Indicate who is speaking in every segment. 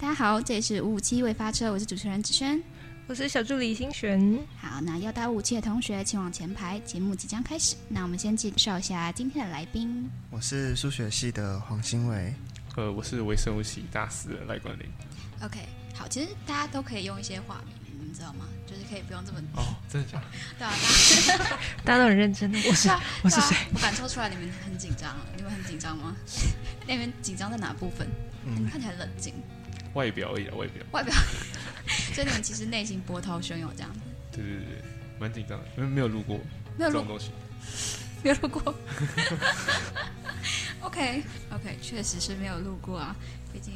Speaker 1: 大家好，这里是五五七未发车，我是主持人子轩。
Speaker 2: 我是小助理新璇。
Speaker 1: 好，那要到五五七的同学，请往前排，节目即将开始。那我们先介绍一下今天的来宾。
Speaker 3: 我是数学系的黄新伟，
Speaker 4: 呃，我是微生物系大四的赖冠霖。
Speaker 5: OK，好，其实大家都可以用一些化名，你们知道吗？就是可以不用这么
Speaker 4: 哦，真的假的？
Speaker 5: 对啊， 大
Speaker 2: 大家都很认真的，我 是
Speaker 5: 家
Speaker 2: 我是
Speaker 5: 对啊
Speaker 2: 谁？
Speaker 5: 我感受出来你们很紧张，啊你们很紧张吗？ 那边紧张在哪部分？你们
Speaker 3: 嗯，
Speaker 5: 看起来冷静，
Speaker 4: 外表而已啊啦，外表。
Speaker 5: 外表，所以你们其实内心波涛汹涌这样子。
Speaker 4: 对对对对，蛮紧张的，因为没有录过
Speaker 5: 没有
Speaker 4: 这
Speaker 5: 录
Speaker 4: 种，东西。
Speaker 5: 没有录过。OK OK，确实是没有录过啊，毕竟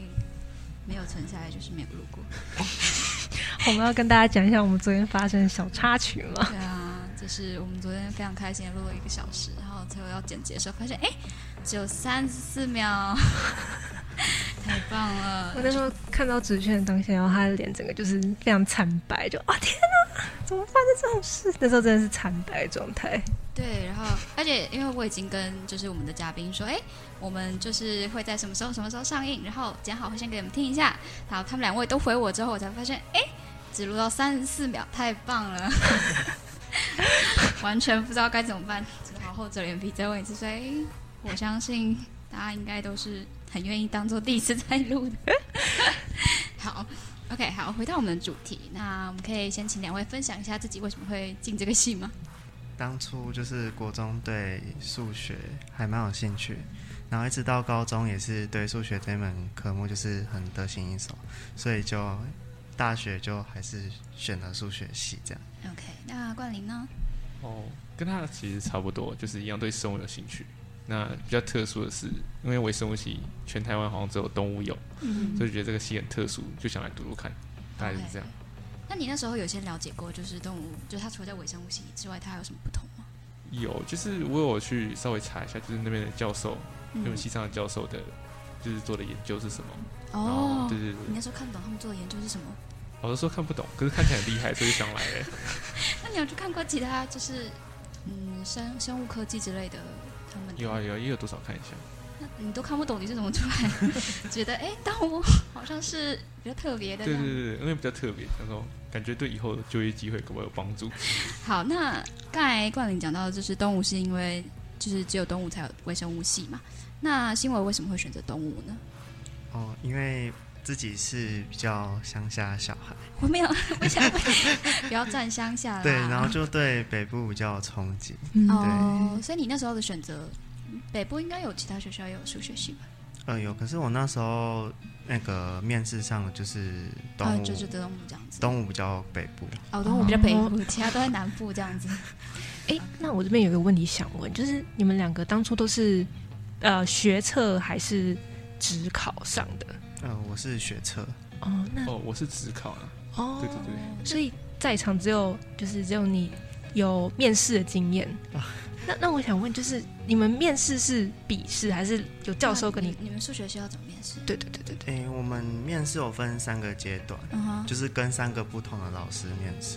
Speaker 5: 没有存下来就是没有录过。
Speaker 2: 我们要跟大家讲一下我们昨天发生的小插曲嘛。
Speaker 5: 对啊，就是我们昨天非常开心的录了一个小时，然后最后要剪辑的时候发现，哎，只有三十四秒， 太棒了！
Speaker 2: 我那时候看到子轩的东西，然后他的脸整个就是非常惨白，就啊、天哪，怎么发生这种事？那时候真的是惨白状态。
Speaker 5: 对，然后而且因为我已经跟就是我们的嘉宾说，哎，我们就是会在什么时候什么时候上映，然后剪好会先给你们听一下，然后他们两位都回我之后，我才发现，哎，只录到三十四秒，太棒了，完全不知道该怎么办，只好厚着脸皮再问一次，所以我相信大家应该都是很愿意当做第一次再录的。好，OK，好，回到我们的主题，那我们可以先请两位分享一下自己为什么会进这个戏吗？
Speaker 3: 当初就是国中对数学还蛮有兴趣，然后一直到高中也是对数学这门科目就是很得心应手，所以就大学就还是选了数学系这样。
Speaker 5: OK，那冠霖呢？
Speaker 4: 哦，跟他其实差不多，就是一样对生物有兴趣。那比较特殊的是，因为微生物系全台湾好像只有东吴有，
Speaker 5: 嗯，
Speaker 4: 所以觉得这个系很特殊，就想来读读看，大概是这样。
Speaker 5: 那你那时候有先了解过，就是动物，就是它除了在微生物系之外，它还有什么不同吗？
Speaker 4: 有，就是我有去稍微查一下，就是那边的教授，
Speaker 5: 嗯
Speaker 4: 那边系上的教授的，就是做的研究是什么。然
Speaker 5: 哦
Speaker 4: 后，对对对
Speaker 5: 你，那时候看不懂他们做的研究是什么？
Speaker 4: 老师说看不懂，可是看起来很厉害，所以就想来了。
Speaker 5: 那你有去看过其他就是嗯生生物科技之类的他们？
Speaker 4: 有啊。有啊，也有多少看一下。
Speaker 5: 那你都看不懂，你是怎么出来？ 觉得哎，动物好像是比较特别的。
Speaker 4: 对对。对，因为比较特别，然后感觉对以后的就业机会可不可以有帮 助？
Speaker 5: 好，那刚才冠霖讲到，就是动物是因为就是只有动物才有微生物系嘛。那新闻为什么会选择动物呢？
Speaker 3: 哦，因为自己是比较乡下小孩，
Speaker 5: 我没有， 我想不要站乡下啦。
Speaker 3: 对，然 后就对北部比较有憧憬。
Speaker 2: 嗯
Speaker 5: 哦，所以你那时候的选择，嗯北部应该有其他学校也有数学系吧？
Speaker 3: 呃，有，可是我那时候那个面试上的就是
Speaker 5: 啊
Speaker 3: 东，
Speaker 5: 就是
Speaker 3: 吴，
Speaker 5: 东吴这样子。
Speaker 3: 东吴比较北部。
Speaker 5: 哦，东吴比较北部，其他都在南部这样子。
Speaker 2: 诶，那我这边有个问题想问，就是你们两个当初都是呃学测还是职考上的？
Speaker 3: 呃，我是学车，
Speaker 2: 哦，那
Speaker 4: 哦，我是只考啊，
Speaker 2: 哦，
Speaker 4: 对对对，
Speaker 2: 所以在场只有就是只有你有面试的经验。
Speaker 3: 啊
Speaker 2: 那那我想问，就是你们面试是笔试还是有教授跟
Speaker 5: 那
Speaker 2: 你
Speaker 5: 你？你们数学系要怎么面试？
Speaker 2: 对对对对对。
Speaker 3: 诶，我们面试有分三个阶段，
Speaker 5: 嗯哼，
Speaker 3: 就是跟三个不同的老师面试，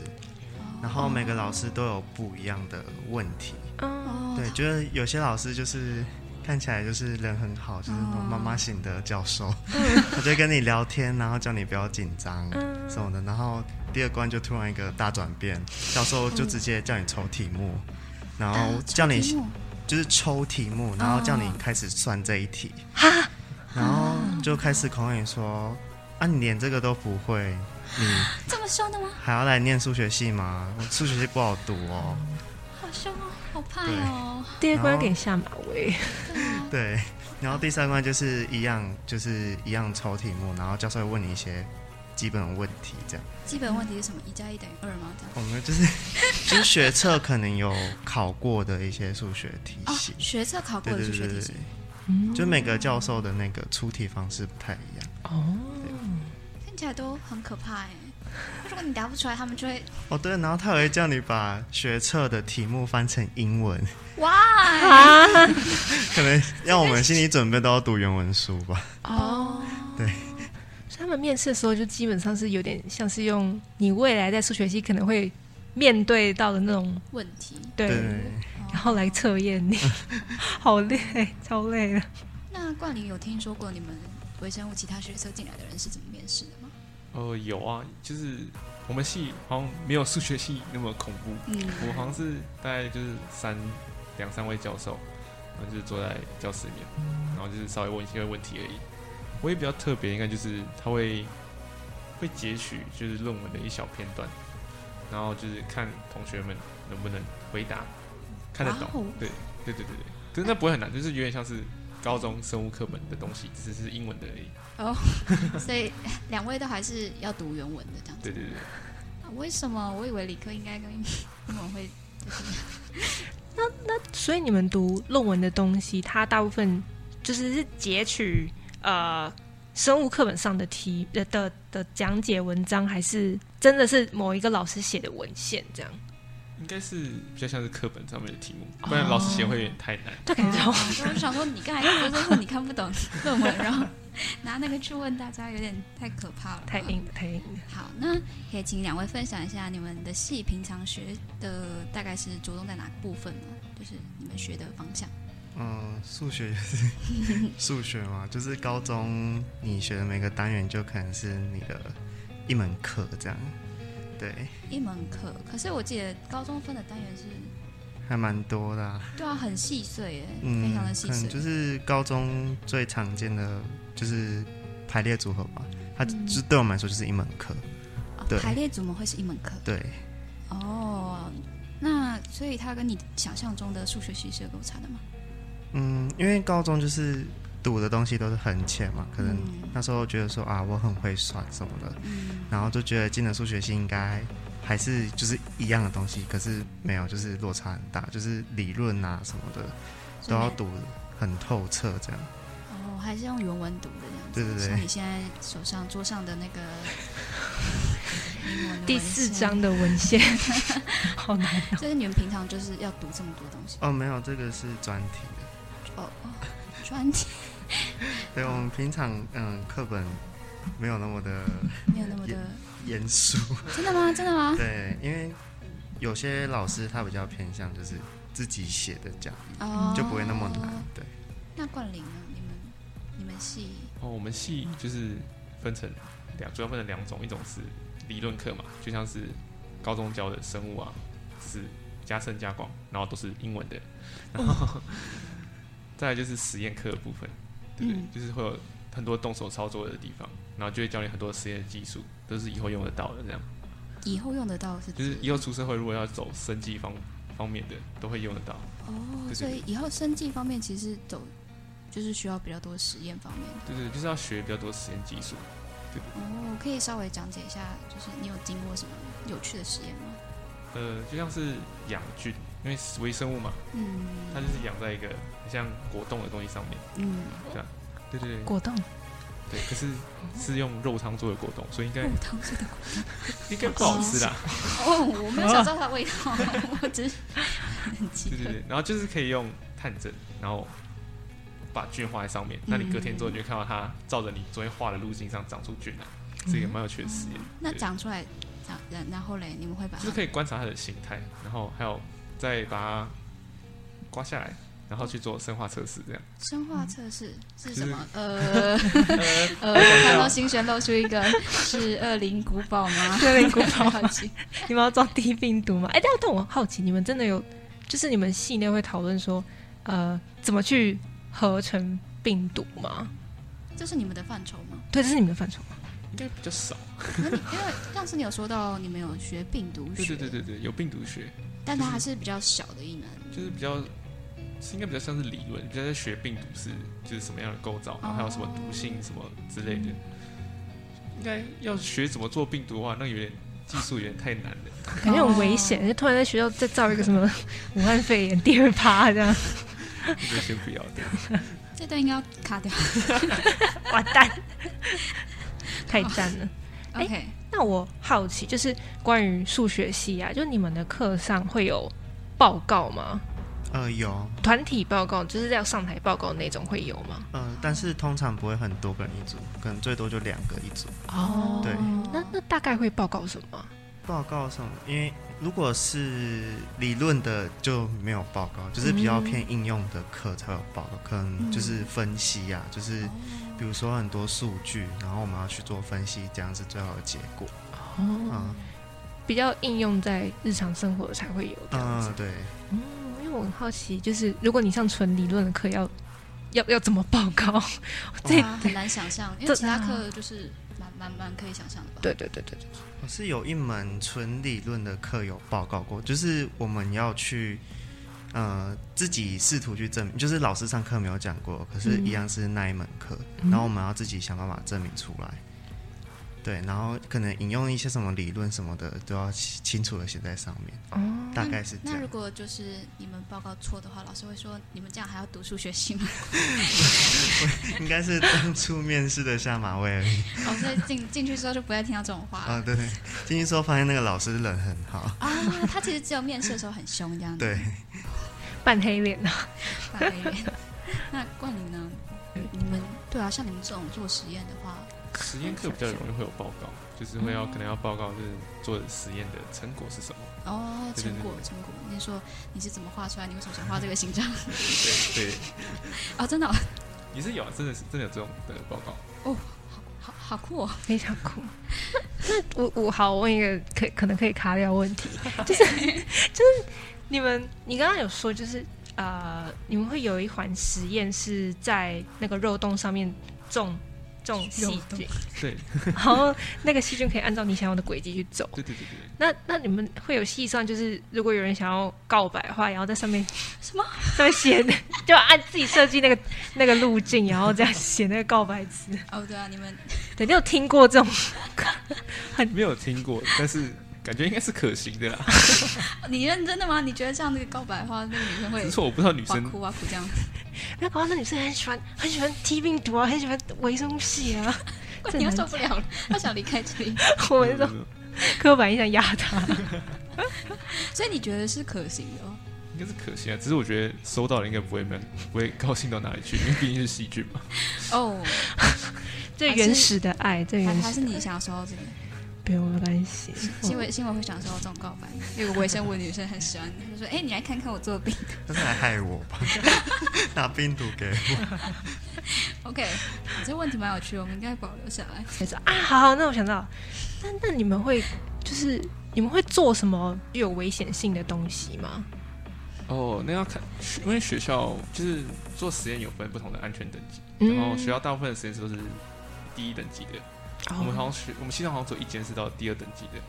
Speaker 3: 然后每个老师都有不一样的问题。
Speaker 2: 嗯，
Speaker 5: 哦，
Speaker 3: 对，就是有些老师就是看起来就是人很好，就是那种妈妈型的教
Speaker 5: 哦
Speaker 3: 授， 他就跟你聊天，然后叫你不要紧张
Speaker 2: 嗯
Speaker 3: 什么的，然后第二关就突然一个大转变，教授就直接叫你抽题目，然后
Speaker 5: 啊
Speaker 3: 叫
Speaker 5: 抽
Speaker 3: 你
Speaker 5: 题目
Speaker 3: 就是抽题目，然后叫
Speaker 5: 哦
Speaker 3: 你开始算这一题，然后就开始口语说啊，你连这个都不会，你
Speaker 5: 这么凶的吗？
Speaker 3: 还要来念数学系吗？我数学系不好读哦。
Speaker 5: 好凶哦，好怕哦。
Speaker 2: 第二关要给你下马威。
Speaker 5: 对啊，
Speaker 3: 对，然后第三关就是一样，就是一样抽题目，然后教授会问你一些基本的问题，这样。
Speaker 5: 基本问题是什么？一加一等于二吗？这样。
Speaker 3: 我们就是 就是学测可能有考过的一些数学题
Speaker 5: 哦
Speaker 3: 型，，
Speaker 5: 学测考过
Speaker 3: 对
Speaker 5: 的
Speaker 3: 对
Speaker 5: 数
Speaker 3: 对
Speaker 5: 学题
Speaker 3: 对
Speaker 5: 型
Speaker 3: 对，，
Speaker 2: 嗯
Speaker 3: 就每个教授的那个出题方式不太一样。
Speaker 2: 哦，
Speaker 5: 听起来都很可怕哎。如果你答不出来，他们就 会
Speaker 3: 哦，对，然后他也会叫你把学测的题目翻成英文，
Speaker 5: 哇
Speaker 3: 可能让我们心理准备都要读原文书 吧。
Speaker 5: 哦，
Speaker 2: 所以他们面试的时候就基本上是有点像是用你未来在数学系可能会面对到的那种
Speaker 5: 问题。
Speaker 2: 对，
Speaker 3: 对，
Speaker 2: 然后来 测验你，好累，超累的。
Speaker 5: 那冠霖有听说过你们微生物其他学科进来的人是怎么面试的吗？
Speaker 4: 呃，有啊，就是我们系好像没有数学系那么恐怖，
Speaker 5: 嗯，
Speaker 4: 我好像是大概就是三两三位教授，然后就是坐在教室里面，然后就是稍微问一些问题而已。我也比较特别，应该就是他会会截取就是论文的一小片段，然后就是看同学们能不能回答，看得懂。
Speaker 5: 哇哦
Speaker 4: 对对对对对，可是那不会很难，就是有点像是高中生物课本的东西，只是是英文的而已。
Speaker 5: 所以两位都还是要读原文的这样子。
Speaker 4: 对对对，
Speaker 5: 啊为什么？我以为理科应该跟英文会
Speaker 2: 所以你们读论文的东西，它大部分就是是截取呃生物课本上的题的的的讲解文章，还是真的是某一个老师写的文献这样？
Speaker 4: 应该是比较像是课本上面的题目，不然老师写会有点太难。
Speaker 2: 他感觉好
Speaker 5: 我就想说，你刚才不是说你看不懂论文，然后拿那个去问大家，有点太可怕了。
Speaker 2: 太。硬了，太硬了。
Speaker 5: 好，那可以请两位分享一下你们的系平常学的大概是着重在哪个部分呢？就是你们学的方向。
Speaker 3: 嗯，数学 也是数学嘛，就是高中你学的每个单元就可能是你的一门课这样，对，
Speaker 5: 一门课，可是我记得高中分的单元是，
Speaker 3: 还蛮多的啊、
Speaker 5: 对啊，很细碎耶，
Speaker 3: 嗯，
Speaker 5: 非常的细
Speaker 3: 可能
Speaker 5: 碎。
Speaker 3: 就是高中最常见的就是排列组合吧，它
Speaker 5: 嗯
Speaker 3: 就对我们来说就是一门课，
Speaker 5: 哦
Speaker 3: 对
Speaker 5: 排列组合会是一门课
Speaker 3: 对，
Speaker 5: 哦。那所以它跟你想象中的数学系是有落差的吗？
Speaker 3: 嗯，因为高中就是读的东西都是很浅嘛，可能
Speaker 5: 嗯
Speaker 3: 那时候觉得说啊，我很会算什么的，然后就觉得进了数学系应该还是就是一样的东西，可是没有，就是落差很大，就是理论啊什么的
Speaker 5: 所
Speaker 3: 都
Speaker 5: 以
Speaker 3: 要
Speaker 5: 你
Speaker 3: 读很透彻这样。
Speaker 5: 哦，还是用原文读的这样子。
Speaker 3: 对对对
Speaker 5: 像你现在手上桌上的那个英文的
Speaker 2: 第
Speaker 5: 文
Speaker 2: 四
Speaker 5: 献，
Speaker 2: 章的文献好难哦。
Speaker 5: 就是你们平常就是要读这么多东西
Speaker 3: 哦，没有，这个是专题的。
Speaker 5: 哦哦，专题
Speaker 3: 对，我们平常嗯课本没有那么的
Speaker 5: 没有那么的，
Speaker 3: 严肃，
Speaker 5: 真的吗？真的吗？
Speaker 3: 对，因为有些老师他比较偏向就是自己写的这样，
Speaker 5: 哦，
Speaker 3: 就不会那么难。对，
Speaker 5: 那冠霖呢？你们你们系
Speaker 4: 哦，我们系就是分成两，主要分成两种，一种是理论课嘛，就像是高中教的生物啊，是加深加广，然后都是英文的，然后、再来就是实验课的部分，对不对？
Speaker 5: 嗯
Speaker 4: 就是会有很多动手操作的地方，然后就会教你很多实验的技术，都是以后用得到的，这样
Speaker 5: 以后用得到是
Speaker 4: 就是
Speaker 5: 指
Speaker 4: 以后出社会如果要走生计方方面的，都会用得到。
Speaker 5: 哦，
Speaker 4: 对
Speaker 5: 所以以后生计方面其实走就是需要比较多实验方面的
Speaker 4: 对对，就是要学比较多实验技术。
Speaker 5: 哦，可以稍微讲解一下，就是你有经过什么有趣的实验吗？
Speaker 4: 呃，就像是养菌，因为微生物嘛，
Speaker 5: 嗯
Speaker 4: 它就是养在一个很像果冻的东西上面，
Speaker 5: 嗯，
Speaker 4: 对对对，
Speaker 2: 果冻嗯
Speaker 4: 对，可是是用肉汤做的果冻，所以应该
Speaker 5: 我当时的
Speaker 4: 应该不好吃 啦。
Speaker 5: 哦，我没有想到它的味道，我只是很奇
Speaker 4: 对对
Speaker 5: 怪。
Speaker 4: 对，然后就是可以用探针，然后把菌画在上
Speaker 2: 嗯
Speaker 4: 面，那你隔天之后你就看到它照着你昨天画的路径上长出菌来，这
Speaker 2: 嗯
Speaker 4: 个蛮有趣的实验。
Speaker 5: 那
Speaker 4: 对
Speaker 5: 长出来，长然然后嘞，你们会把
Speaker 4: 就是
Speaker 5: 它
Speaker 4: 可以观察它的形态，然后还有再把它刮下来，然后去做生化测试，这样。
Speaker 5: 生化测试是
Speaker 2: 嗯
Speaker 4: 是
Speaker 5: 什 么？呃
Speaker 4: 呃
Speaker 5: 呃，我看到新轩露出一 个是恶灵古堡吗？
Speaker 2: 恶灵古 堡
Speaker 5: 好奇
Speaker 2: 你们要装低病毒吗？哎、但但我好奇，你们真的有，就是你们系内会讨论说，呃，怎么去合成病毒吗？
Speaker 5: 这是你们的范畴 吗？
Speaker 2: 对，这是你们的范畴吗？
Speaker 4: 应该比较少。
Speaker 5: 那你因为上次你有说到你们有学病毒
Speaker 4: 对
Speaker 5: 学，
Speaker 4: 对对对对，有病毒学，
Speaker 5: 但它还是比较小的一门。
Speaker 4: 就是比较，是应该比较像是理论，比较在学病毒是就是什么样的构造，然后还有什么毒性什么之类的。应该要学怎么做病毒的话，那有点技术有点太难了。
Speaker 2: 感觉很危险，就突然在学校再造一个什 么武汉肺炎第二趴这样，
Speaker 4: 那个先不要，对，
Speaker 5: 这段应该要卡掉。
Speaker 2: 完蛋， 太赞了。哎
Speaker 5: OK，
Speaker 2: 那我好奇，就是关于数学系啊，就你们的课上会有报告吗？
Speaker 3: 呃，有，
Speaker 2: 团体报告就是要上台报告那种会有吗？
Speaker 3: 呃，但是通常不会很多个人一组，可能最多就两个一组。
Speaker 2: 哦
Speaker 3: 对
Speaker 2: 那那大概会报告什么啊？
Speaker 3: 报告什么？因为如果是理论的就没有报告，就是比较偏应用的课才有报告，可能就是分析啊，就是比如说很多数据，然后我们要去做分析，这样是最好的结果。
Speaker 2: 哦，
Speaker 3: 嗯
Speaker 2: 比较应用在日常生活才会有这样子
Speaker 3: 嗯，。对，
Speaker 2: 嗯，因为我很好奇，就是如果你上纯理论的课要。要要怎么报告？这
Speaker 5: 啊很难想象，因
Speaker 2: 这
Speaker 5: 为
Speaker 2: 啊
Speaker 5: 其他课就是蛮蛮蛮可以想象的吧。
Speaker 2: 对对对对对，
Speaker 3: 我是有一门纯理论的课有报告过，就是我们要去呃自己试图去证明，就是老师上课没有讲过，可是
Speaker 2: 嗯
Speaker 3: 一样是那一门课，
Speaker 2: 嗯
Speaker 3: 然后我们要自己想办法证明出来。对，然后可能引用一些什么理论什么的，都要清清楚的写在上面，
Speaker 2: 哦，
Speaker 3: 大概是这
Speaker 5: 那
Speaker 3: 样
Speaker 5: 如。果就是你们报告错的话，老师会说你们这样还要读数学 系吗？
Speaker 3: 应该是当初面试的下马威而已。
Speaker 5: 哦，所以进进去之后就不会听到这种话
Speaker 3: 啊，对，进去之后发现那个老师人很好，
Speaker 5: 啊。他其实只有面试的时候很凶这样子。
Speaker 3: 对。
Speaker 2: 半黑脸啊，
Speaker 5: 大概一点 那冠霖呢？你们对啊，像你们这种做实验的话，
Speaker 4: 实验课比较容易会有报告，就是会要可能要报告就是做实验的成果是什么。
Speaker 5: 哦，
Speaker 4: 对对
Speaker 5: 成果成果，你说你是怎么画出来？你为什么想画这个形 状？
Speaker 4: 对对，
Speaker 5: 哦，真的哦、
Speaker 4: 也是有，啊，真的是真的有这种的报告。
Speaker 5: 好好酷哦！
Speaker 2: 非常酷。那我我好问一个可可能可以卡掉 问题，就是就是你们你刚刚有说就是呃你们会有一环实验是在那个肉洞上面种种细
Speaker 5: 肉
Speaker 2: 菌，
Speaker 4: 对
Speaker 2: 然后那个细菌可以按照你想要的轨迹去 走。
Speaker 4: 对对对对
Speaker 2: 那那你们会有细算，就是如果有人想要告白的话，然后在上面
Speaker 5: 什么？
Speaker 2: 上面写，就按自己设计那个那个路径，然后这样写那个告白词。
Speaker 5: 哦，对啊，你们
Speaker 2: 对，你有听过这种？
Speaker 4: 对，没有听过，但是感觉应该是可行的啦。
Speaker 5: 你认真的吗？你觉得这样的告白的话，那个女生会
Speaker 4: 只是我不知道女
Speaker 5: 哇
Speaker 4: 生
Speaker 5: 哭啊哇哭 这样？
Speaker 2: 那搞到那女生很喜欢很喜欢 T 病毒啊，很喜欢维生素 C 啊，
Speaker 5: 冠霖要受不了了，他想离开这里。
Speaker 2: 我们这种嗯刻板印象压他。
Speaker 5: 所以你觉得是可行的、哦？
Speaker 4: 应该是可行啊，只是我觉得收到的应该不会蛮不会高兴到哪里去，因为毕竟是细菌嘛。
Speaker 5: 哦，
Speaker 2: 最原始的爱，最
Speaker 5: 还
Speaker 2: 原
Speaker 5: 还
Speaker 2: 始
Speaker 5: 是
Speaker 2: 的，
Speaker 5: 你想收到这个？
Speaker 2: 不用没关系。
Speaker 5: 新闻新闻会想收到这种告白，有个微生物女生很喜欢，她就说：“哎、你来看看我做的病。
Speaker 3: 他是来害我吧？ 拿病毒给我，”
Speaker 5: OK，你这问题蛮有趣的，我们应该保留下 来。
Speaker 2: 没错啊，好好，那我想到，那那你们会就是你们会做什么具有危险性的东西吗？
Speaker 4: 哦，那要看，因为学校就是做实验有分不同的安全等级，然后
Speaker 2: 嗯
Speaker 4: 学校大部分的实验室都是第一等级的，
Speaker 2: 哦
Speaker 4: 我们好像学我们系上好像只有一间是到第二等级的。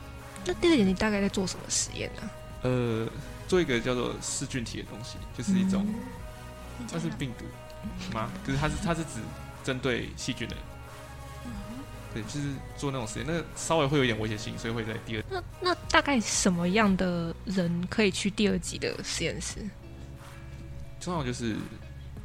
Speaker 2: 那第二点，你大概在做什么实验啊呢、
Speaker 4: 呃，做一个叫做噬菌体的东西，就是一种算是病毒吗？可是它是它是指针对细菌的，
Speaker 5: 嗯
Speaker 4: 对，就是做那种实验，那个稍微会有一点危险性，所以会在第二。
Speaker 2: 那那大概什么样的人可以去第二级的实验室？
Speaker 4: 通常就是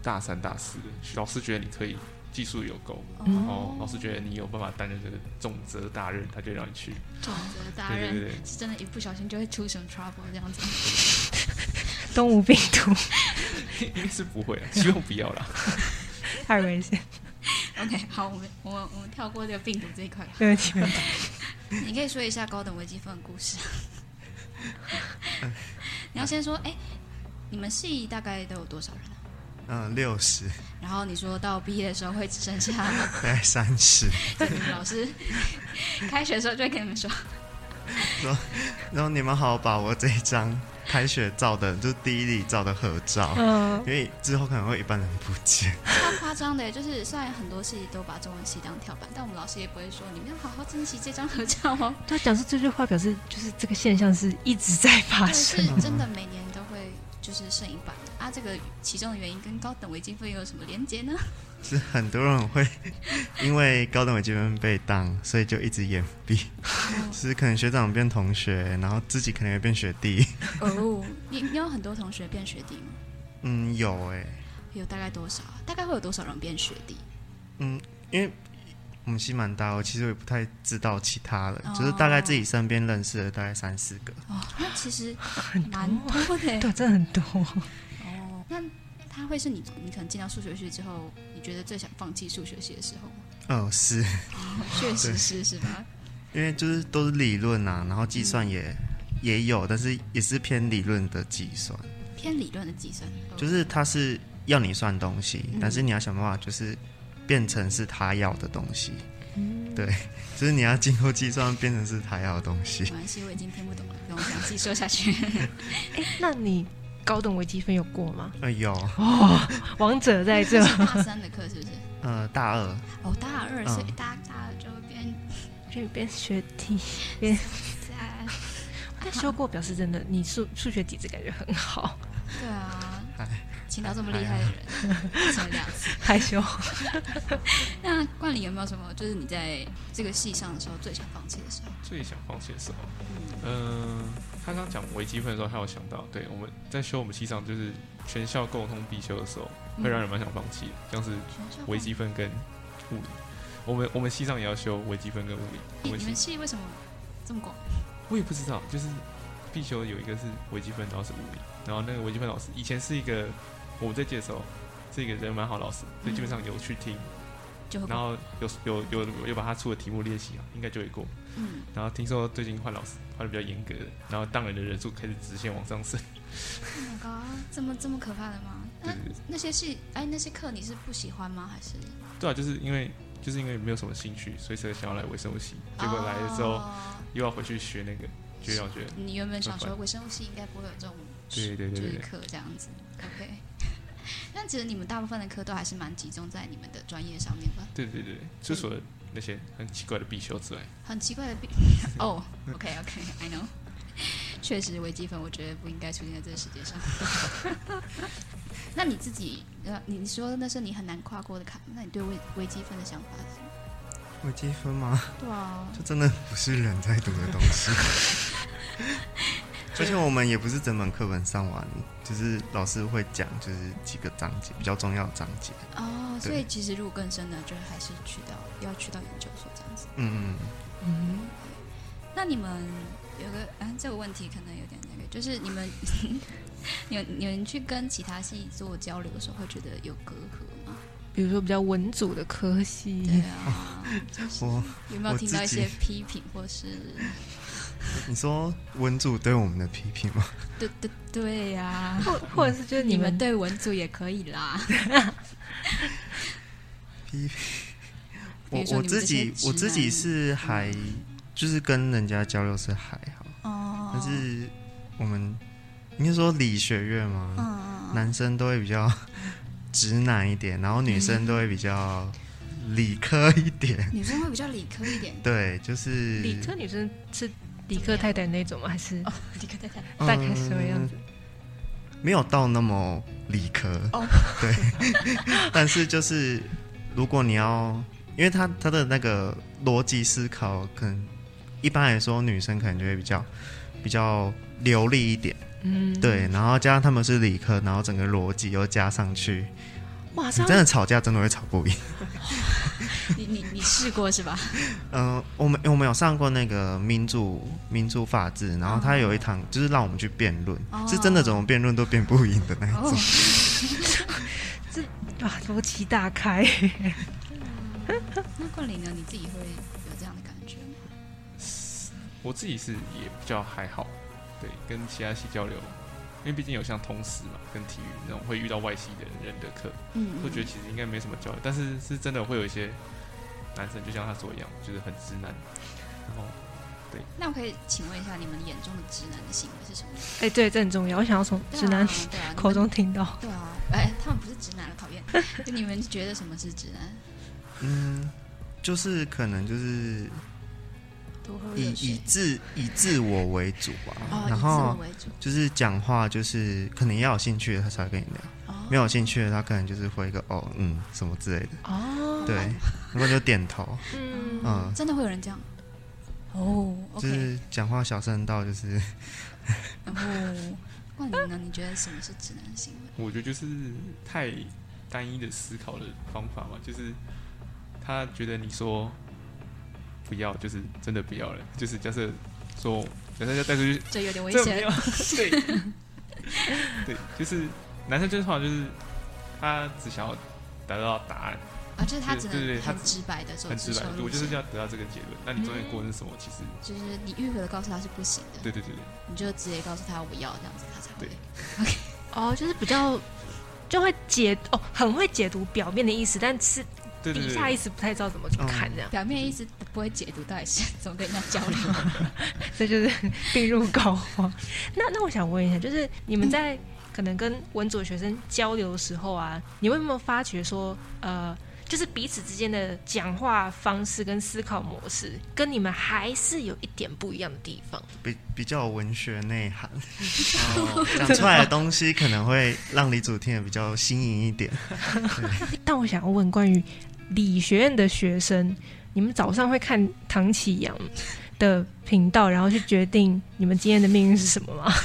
Speaker 4: 大三大四的，老师觉得你可以技术有够，然后
Speaker 5: 哦
Speaker 4: 老，师觉得你有办法担任这个重责大任，他就让你去。
Speaker 5: 重责大
Speaker 4: 对对
Speaker 5: 任
Speaker 4: 对对，
Speaker 5: 是真的，一不小心就会出什么 trouble 这样子。
Speaker 2: 动物病毒
Speaker 4: 应该是不会啊，希望不 要啦。
Speaker 2: 太危险，
Speaker 5: OK，好，我们我们我们跳过这个病毒这一块，
Speaker 2: 对不起。对不起
Speaker 5: 你可以说一下高等微积分的故事。 你要先说，哎、你们系大概都有多少人啊？
Speaker 3: 嗯，六十，
Speaker 5: 然后你说到毕业的时候会只剩下
Speaker 3: 大概三十。
Speaker 5: 老师开学的时候就会跟你们说，
Speaker 3: 然后你们好好把我这一张开学照的，就是第一例照的合照，
Speaker 2: 嗯，
Speaker 3: 因为之后可能会一般人不见。
Speaker 5: 超夸张的耶，就是虽然很多系都把中文系当跳板，但我们老师也不会说你们要好好珍惜这张合照哦。
Speaker 2: 他讲出这句话，表示就是这个现象是一直在发
Speaker 5: 但是
Speaker 2: 生。
Speaker 5: 真的每年都会就是剩一半的啊，这个其中的原因跟高等微积分有什么连结呢？
Speaker 3: 是很多人会因为高等微积分被当，所以就一直掩蔽，就是可能学长变同学，然后自己可能也变学弟。
Speaker 5: 哦，你你有很多同学变学弟吗？
Speaker 3: 嗯，有哎、
Speaker 5: 有大概多少啊？大概会有多少人变学弟？
Speaker 3: 嗯，因为我们系蛮大，我其实我也不太知道其他的，
Speaker 5: 哦
Speaker 3: 就是大概自己身边认识的大概三四个。
Speaker 5: 哦，那其实蛮多的耶。
Speaker 2: 对，真的很多。
Speaker 5: 哦，那他会是你你可能进到数学系之后，你觉得最想放弃数学系的时候吗？
Speaker 3: 嗯，是
Speaker 5: 确实是是吧？
Speaker 3: 因为就是都是理论啊，然后计算也也有，但是也是偏理论的计算，
Speaker 5: 偏理论的计算，
Speaker 3: 就是它是要你算东西，
Speaker 5: 嗯
Speaker 3: 但是你要想办法就是变成是他要的东西，
Speaker 5: 嗯
Speaker 3: 对，就是你要经过计算变成是他要的东西
Speaker 5: 没。关系，我已经听不懂了，不用详细说下 去。，
Speaker 2: 哎，那你高等微积分有过吗？
Speaker 3: 呃，有，
Speaker 2: 王者在这
Speaker 5: 是大三的课是不是？
Speaker 3: 呃，大二，
Speaker 5: 哦，大二，
Speaker 3: 嗯
Speaker 5: 所以大大二就会变
Speaker 2: 就边学题。
Speaker 5: 在，
Speaker 2: 但修过表示真的，你数数学底子感觉很好，
Speaker 5: 对啊
Speaker 3: 嗨，
Speaker 5: 请到这么厉害的人， 只有两次。
Speaker 2: 害羞。
Speaker 5: 那冠里有没有什么，就是你在这个戏上的时候最想放弃的时候？
Speaker 4: 最想放弃的时候，嗯、他刚讲微积分的时候，他有想到，对我们在修我们系上就是全校共同必修的时候，会让人蛮想放弃的，像是
Speaker 5: 嗯
Speaker 4: 微积分跟物理。我们我们系上也要修微积分跟物理，我
Speaker 5: 诶你
Speaker 4: 们系
Speaker 5: 们系为什么这么广？
Speaker 4: 我也不知道，就是必修有一个是微积分，然后是物理，然后那个微积分老师以前是一个我在介绍，是一个人蛮好的老师，所以基本
Speaker 5: 嗯
Speaker 4: 上有去听，
Speaker 5: 就会
Speaker 4: 然后有有有有把他出的题目练习啊，应该就会过。
Speaker 5: 嗯，
Speaker 4: 然后听说最近换老师换的比较严格的，然后当人的人数开始直线往上升，
Speaker 5: Oh my god，这么这么可怕的吗？
Speaker 4: 对
Speaker 5: 那
Speaker 4: 对对，
Speaker 5: 那些戏，哎，那些课你是不喜欢吗？还是
Speaker 4: 对啊，就是因为就是因为没有什么兴趣，所以才想要来微生物系，结果来了之后
Speaker 5: 哦
Speaker 4: 又要回去学那个，就让我觉得
Speaker 5: 你原本想说
Speaker 4: 很
Speaker 5: 微生物系应该不会有这种
Speaker 4: 对对对
Speaker 5: 就
Speaker 4: 对
Speaker 5: 是
Speaker 4: 对，
Speaker 5: 课这样子，OK。但其实你们大部分的课都还是蛮集中在你们的专业上面吧？
Speaker 4: 对对对，对就除了那些很奇怪的必修之外，
Speaker 5: 很奇怪的 比哦，OK OK，I know。确实，微积分我觉得不应该出现在这个世界上。 那你自己，呃，你说那是你很难跨过的坎，那你对微微积分的想法是什么？
Speaker 3: 微积分吗？
Speaker 5: 对啊，
Speaker 3: 就真的不是人在读的东 西。而且我们也不是整本课本上完，就是老师会讲，就是几个章节比较重要的章节。
Speaker 5: 哦，所
Speaker 3: 对
Speaker 5: 以其实如果更深的，就是还是去到要去到研究所这样子。
Speaker 3: 嗯嗯，
Speaker 2: 嗯，
Speaker 5: 那你们有个啊，这个问题可能有点那个，就是你们 有有人去跟其他系做交流的时候，会觉得有隔阂吗？
Speaker 2: 比如说比较文组的科系，
Speaker 5: 对啊，就是
Speaker 3: 我
Speaker 5: 有没有
Speaker 3: 我
Speaker 5: 听
Speaker 3: 自
Speaker 5: 到一
Speaker 3: 己
Speaker 5: 些批评，或是
Speaker 3: 你说文组对我们的批评吗？
Speaker 5: 对对对呀、
Speaker 2: 或或者是就是
Speaker 5: 你
Speaker 2: 你
Speaker 5: 们
Speaker 2: 们
Speaker 5: 对文组也可以啦。
Speaker 3: 批评
Speaker 5: 比
Speaker 3: 我
Speaker 5: 如说你
Speaker 3: 我
Speaker 5: 们
Speaker 3: 自己
Speaker 5: 这些直
Speaker 3: 我自己
Speaker 5: 男
Speaker 3: 是还就是跟人家交流是还好，
Speaker 5: 哦，
Speaker 3: 但是我们应该说理学院嘛，
Speaker 5: 嗯，
Speaker 3: 男生都会比较 直男一点，然后女
Speaker 5: 嗯
Speaker 3: 生都会比较理科一点。
Speaker 5: 女生会比较理科一点。
Speaker 3: 对，就是
Speaker 2: 理科女生是理科太太那种吗？还是
Speaker 5: 哦，理科太太，
Speaker 2: 大概什么样子？
Speaker 3: 没有到那么理科。
Speaker 5: 哦
Speaker 3: 对， 但是就是如果你要，因为他他的那个逻辑思考，可能一般来说女生可能就会比较比较流利一点。
Speaker 2: 嗯，
Speaker 3: 对，，然后加上他们是理科，然后整个逻辑又加上去，
Speaker 2: 马
Speaker 3: 你
Speaker 2: 上
Speaker 3: 真的吵架真的会吵 不赢。
Speaker 5: 你你你试过是吧？
Speaker 3: 嗯，我们我们有上过那个民主民主法治，然后他有一堂就是让我们去辩论，
Speaker 5: 哦
Speaker 3: 是真的怎么辩论都辩不赢的那一
Speaker 5: 哦
Speaker 3: 种。，
Speaker 2: 哇，逻辑大开，
Speaker 5: 那冠霖呢？你自己会有这样的感觉吗？
Speaker 4: 我自己是也比较还好，对，跟其他系交流，因为毕竟有像通识嘛，跟体育那种会遇到外系的人的课，
Speaker 5: 嗯，
Speaker 4: 会觉得其实应该没什么交流，但是是真的会有一些男生就像他说一样，就是很直男，然后
Speaker 5: 那我可以请问一下，你们眼中的直男的行为是什么？
Speaker 2: 哎，对，这很重要。我想要从
Speaker 5: 对啊
Speaker 2: 直男
Speaker 5: 对啊，你们
Speaker 2: 口中听到，
Speaker 5: 对啊，哎，他们不是直男了，讨厌。就你们觉得什么是直男？
Speaker 3: 嗯，就是可能就是
Speaker 5: 多喝
Speaker 3: 以
Speaker 5: 热
Speaker 3: 以
Speaker 5: 水，
Speaker 3: 自以自我为主吧，
Speaker 5: 哦，以
Speaker 3: 然
Speaker 5: 自我
Speaker 3: 后
Speaker 5: 为主，
Speaker 3: 就是讲话就是可能要有兴趣的他才会跟你聊，
Speaker 5: 哦
Speaker 3: 没有兴趣的他可能就是回一个哦嗯什么之类的，
Speaker 2: 哦，
Speaker 3: 对，然后就 点头，
Speaker 2: 嗯，
Speaker 3: 嗯
Speaker 5: 真的会有人这样？哦，OK，
Speaker 3: 就是讲话小声到就是
Speaker 5: 然后哦冠霖呢？你觉得什么是直男行为？
Speaker 4: 我觉得就是太单一的思考的方法嘛，就是他觉得你说不要，就是真的不要了，就是假设说假设要带出去
Speaker 5: 这有点危
Speaker 4: 这没
Speaker 5: 险
Speaker 4: 有， 对，对，就是男生就是话就是他只想要达到答案，
Speaker 5: 啊，就是他只
Speaker 4: 对对
Speaker 5: 能
Speaker 4: 对他
Speaker 5: 很直白的走
Speaker 4: 很
Speaker 5: 直
Speaker 4: 直白
Speaker 5: 球，路
Speaker 4: 我就是
Speaker 5: 线，
Speaker 4: 要得到这个结论。那你中间过程是什么？其实
Speaker 5: 就是你迂回的告诉他是不行的，
Speaker 4: 对对对对，
Speaker 5: 你就直接告诉他我要这样子，他才会
Speaker 4: 对。
Speaker 2: 哦，就是比较就会解哦，很会解读表面的意思，但是
Speaker 4: 对
Speaker 5: 嗯
Speaker 4: 对
Speaker 2: 底
Speaker 4: 对
Speaker 2: 下意
Speaker 4: 对，
Speaker 2: 思不太知道怎么去看，这样、
Speaker 5: 表面意思不会解读，到底是怎么跟人家交流？
Speaker 2: 这就是病入膏肓。 那那我想问一下，就是你们在可能跟文组的学生交流的时候啊，你们有没有发觉说，呃，就是彼此之间的讲话方式跟思考模式，跟你们还是有一点不一样的地方？
Speaker 3: 比比较有文学内 涵，哦讲出来的东西可能会让李主听得比较新颖一点。
Speaker 2: 但我想要问关于理学院的学生，你们早上会看唐启阳的频道，然后去决定你们今天的命运是什么吗？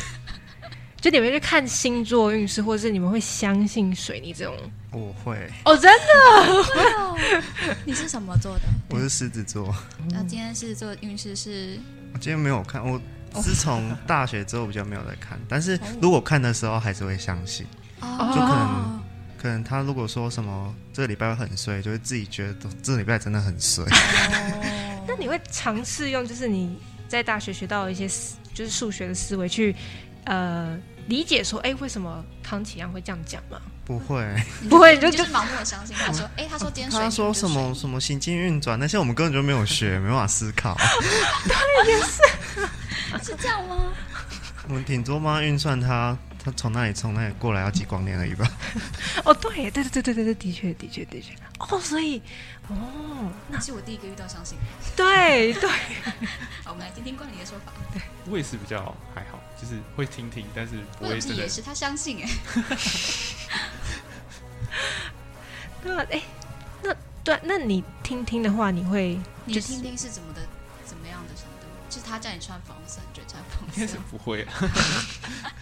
Speaker 2: 就你们去看星座运势，或者是你们会相信水泥这种？
Speaker 3: 我会，
Speaker 2: 哦，真的
Speaker 5: 你是什么座的？
Speaker 3: 我是狮子座，
Speaker 5: 那今天是做运势是
Speaker 3: 我今天没有看，我自从大学之后比较没有在看，但是如果看的时候还是会相信。
Speaker 5: 哦，
Speaker 2: 就可
Speaker 3: 能可能他如果说什么这个礼拜很衰，就会自己觉得这礼拜真的 很衰。
Speaker 5: 哦
Speaker 2: 那你会尝试用就是你在大学学到的一些思就是数学的思维去呃理解说，哎，为什么唐启阳会这样讲吗？
Speaker 3: 不会，
Speaker 5: 你
Speaker 2: 不会
Speaker 5: 你
Speaker 2: 就哦
Speaker 5: 就是盲目的相信他说，哎，他说今天水
Speaker 3: 哦他
Speaker 5: 泥
Speaker 3: 说
Speaker 5: 就是
Speaker 3: 什么
Speaker 5: 水
Speaker 3: 什么行进运转那些，我们根本就没有学，没办法思考。
Speaker 5: 泥是这样吗？
Speaker 3: 我们顶多帮他运算他，他从那里从那里过来要几光年而已吧。
Speaker 2: 哦，对，对对对对对对，的确的确的确。哦，所以哦，
Speaker 5: 是我第一个遇到相信的。
Speaker 2: 对对。
Speaker 5: 好，我们来听听冠霖的说法。
Speaker 4: 我也是比较还好，就是会听听，但是不
Speaker 5: 我
Speaker 4: 会
Speaker 5: 有
Speaker 4: 真
Speaker 5: 是
Speaker 4: 的
Speaker 5: 也是，他相信哎，
Speaker 2: 对啊，哎，那对啊，那你听听的话，你会
Speaker 5: 你
Speaker 2: 就
Speaker 5: 的
Speaker 2: 是
Speaker 5: 听听是怎么的，怎么样的程度？就是他叫你穿粉红色，你就穿粉
Speaker 4: 应该
Speaker 5: 红
Speaker 4: 是
Speaker 5: 色。
Speaker 4: 不会啊。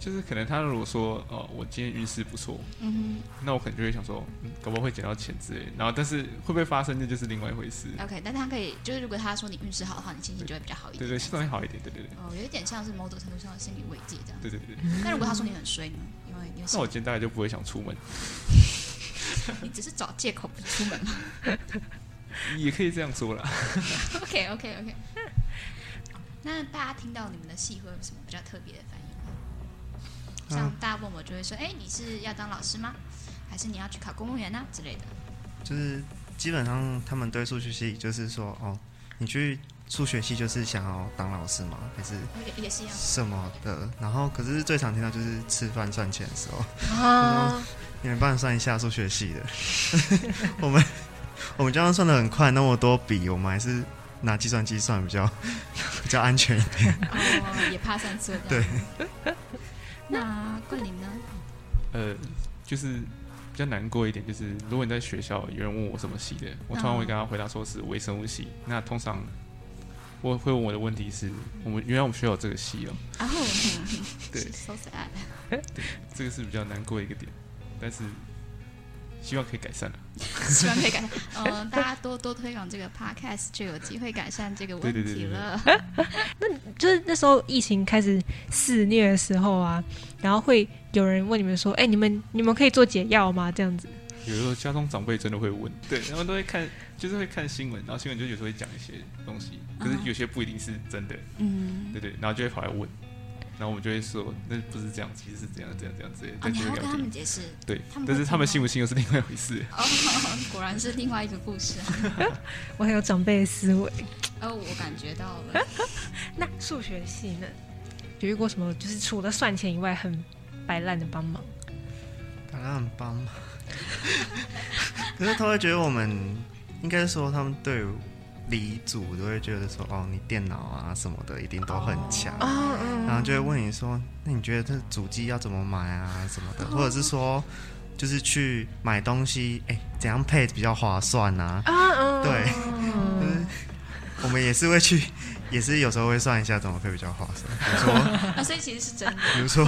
Speaker 4: 就是可能他如果说哦，我今天运势不错，
Speaker 5: 嗯
Speaker 4: 那我可能就会想说，嗯，搞不好会捡到钱之类的。然后，但是会不会发生，这就是另外一回事。
Speaker 5: 哼，OK，但他可以，就是如果他说你运势好的话，你心情就会比较好一
Speaker 4: 对
Speaker 5: 点。
Speaker 4: 对，系统会好一点。对对
Speaker 5: 哦，有一点像是某种程度上的心理慰藉这样。
Speaker 4: 对对对对。
Speaker 5: 但如果他说你很衰呢？因为你
Speaker 4: 那我今天大概就不会想出门，
Speaker 5: 你只是找借口不出门嘛。
Speaker 4: 也可以这样说啦。
Speaker 5: OK OK OK。那大家听到你们的戏会有什么比较特别的反应吗？
Speaker 4: 嗯
Speaker 5: 像大家问我就会说：“哎、你是要当老师吗？还是你要去考公务员啊之类的
Speaker 3: 就是基本上他们对数学系就是说，哦，你去数学系就是想要当老师吗？还是？”
Speaker 5: 也也是一 样。
Speaker 3: 什么的？然后可是最常听到就是吃饭算钱的时候，
Speaker 2: 啊，
Speaker 3: 你们帮你算一下数学系的， 我们我们这样算的很快，那么多笔，我们还是拿计算机算比较 比较安全一点。
Speaker 5: 哦，也怕算错这样。 那桂林呢？
Speaker 4: 呃，就是比较难过一点，就是如果你在学校有人问我什么系的，我通常会跟他回答说是微生物系。那通常我会问我的问题是，我们原来我们学校有这个系哦，
Speaker 5: 然后
Speaker 4: 对
Speaker 5: ，so sad。
Speaker 4: 这个是比较难过一个点，但是希望可以改善啊。
Speaker 5: 希望可以改善。嗯，大家多多推广这个 podcast，就有机会改善这个问
Speaker 4: 对对
Speaker 5: 题
Speaker 4: 对对对
Speaker 5: 了。
Speaker 2: 就是那时候疫情开始肆虐的时候啊，然后会有人问你们说，哎，你们你们可以做解药吗？这样子，
Speaker 4: 有时候家中长辈真的会问，对，他们都会看，就是会看新闻，然后新闻就有时候会讲一些东西，可是有些不一定是真的，
Speaker 5: 嗯，
Speaker 4: 对对，然后就会跑来问，然后我们就会说那不是这样，其实是这样这样这样之类的，
Speaker 5: 哦，
Speaker 4: 但
Speaker 5: 你
Speaker 4: 就
Speaker 5: 还要
Speaker 4: 会给
Speaker 5: 跟
Speaker 4: 他
Speaker 5: 他
Speaker 4: 们
Speaker 5: 们
Speaker 4: 听。
Speaker 5: 解释。
Speaker 4: 对
Speaker 5: 他们，
Speaker 4: 但
Speaker 5: 会
Speaker 4: 是他
Speaker 5: 听吗
Speaker 4: 们信不信又是另外一回事。
Speaker 5: 哦，果然是另外一个故事啊！
Speaker 2: 我很有长辈的思维。
Speaker 5: 哦，我感觉到了。
Speaker 2: 那数学系呢，有遇过什么就是除了算钱以外很摆烂的帮忙？
Speaker 3: 打他很帮忙，可是他会觉得我们应该说他们对理组都会觉得说，哦，你电脑啊什么的一定都很强。
Speaker 2: 哦嗯
Speaker 3: 然后就会问你说，那你觉得这主机要怎么买啊什么的，或者是说，就是去买东西，哎、怎样配比较划算啊？
Speaker 2: 啊嗯
Speaker 3: 对
Speaker 2: 嗯
Speaker 3: 我们也是会去，也是有时候会算一下怎么配比较划算。比如说，
Speaker 5: 啊，所以其实是真的。
Speaker 3: 比如说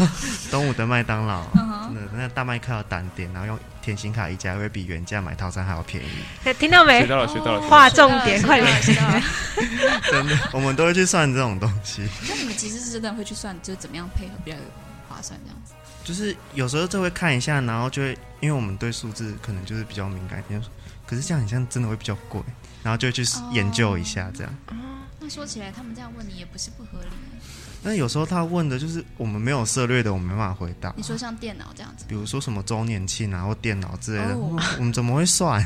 Speaker 3: 东武的麦当劳，
Speaker 5: 嗯哼
Speaker 3: 那那大麦克要单点，然后用甜心卡一加会比原价买套餐还要便宜。
Speaker 2: 听到
Speaker 4: 学
Speaker 2: 没？
Speaker 4: 到了，学到了，学到了
Speaker 2: 划重点，快点！
Speaker 5: 知哦道了。
Speaker 3: 真的，我们都会去算这种东西。
Speaker 5: 那你们其实是真的会去算，就是怎么样配合比较划算这样子。
Speaker 3: 就是有时候就会看一下，然后就会因为我们对数字可能就是比较敏感一点，可是这样很像真的会比较贵，然后就会去
Speaker 5: 哦
Speaker 3: 研究一下这样。
Speaker 5: 那说起来，他们这样问你也不是不合理欸。
Speaker 3: 那有时候他问的就是我们没有涉略的，我们没办法回答。
Speaker 5: 你说像电脑这 样子，
Speaker 3: 比如说什么周年庆啊，或电脑之类的，
Speaker 5: 哦
Speaker 3: 我们怎么会 算？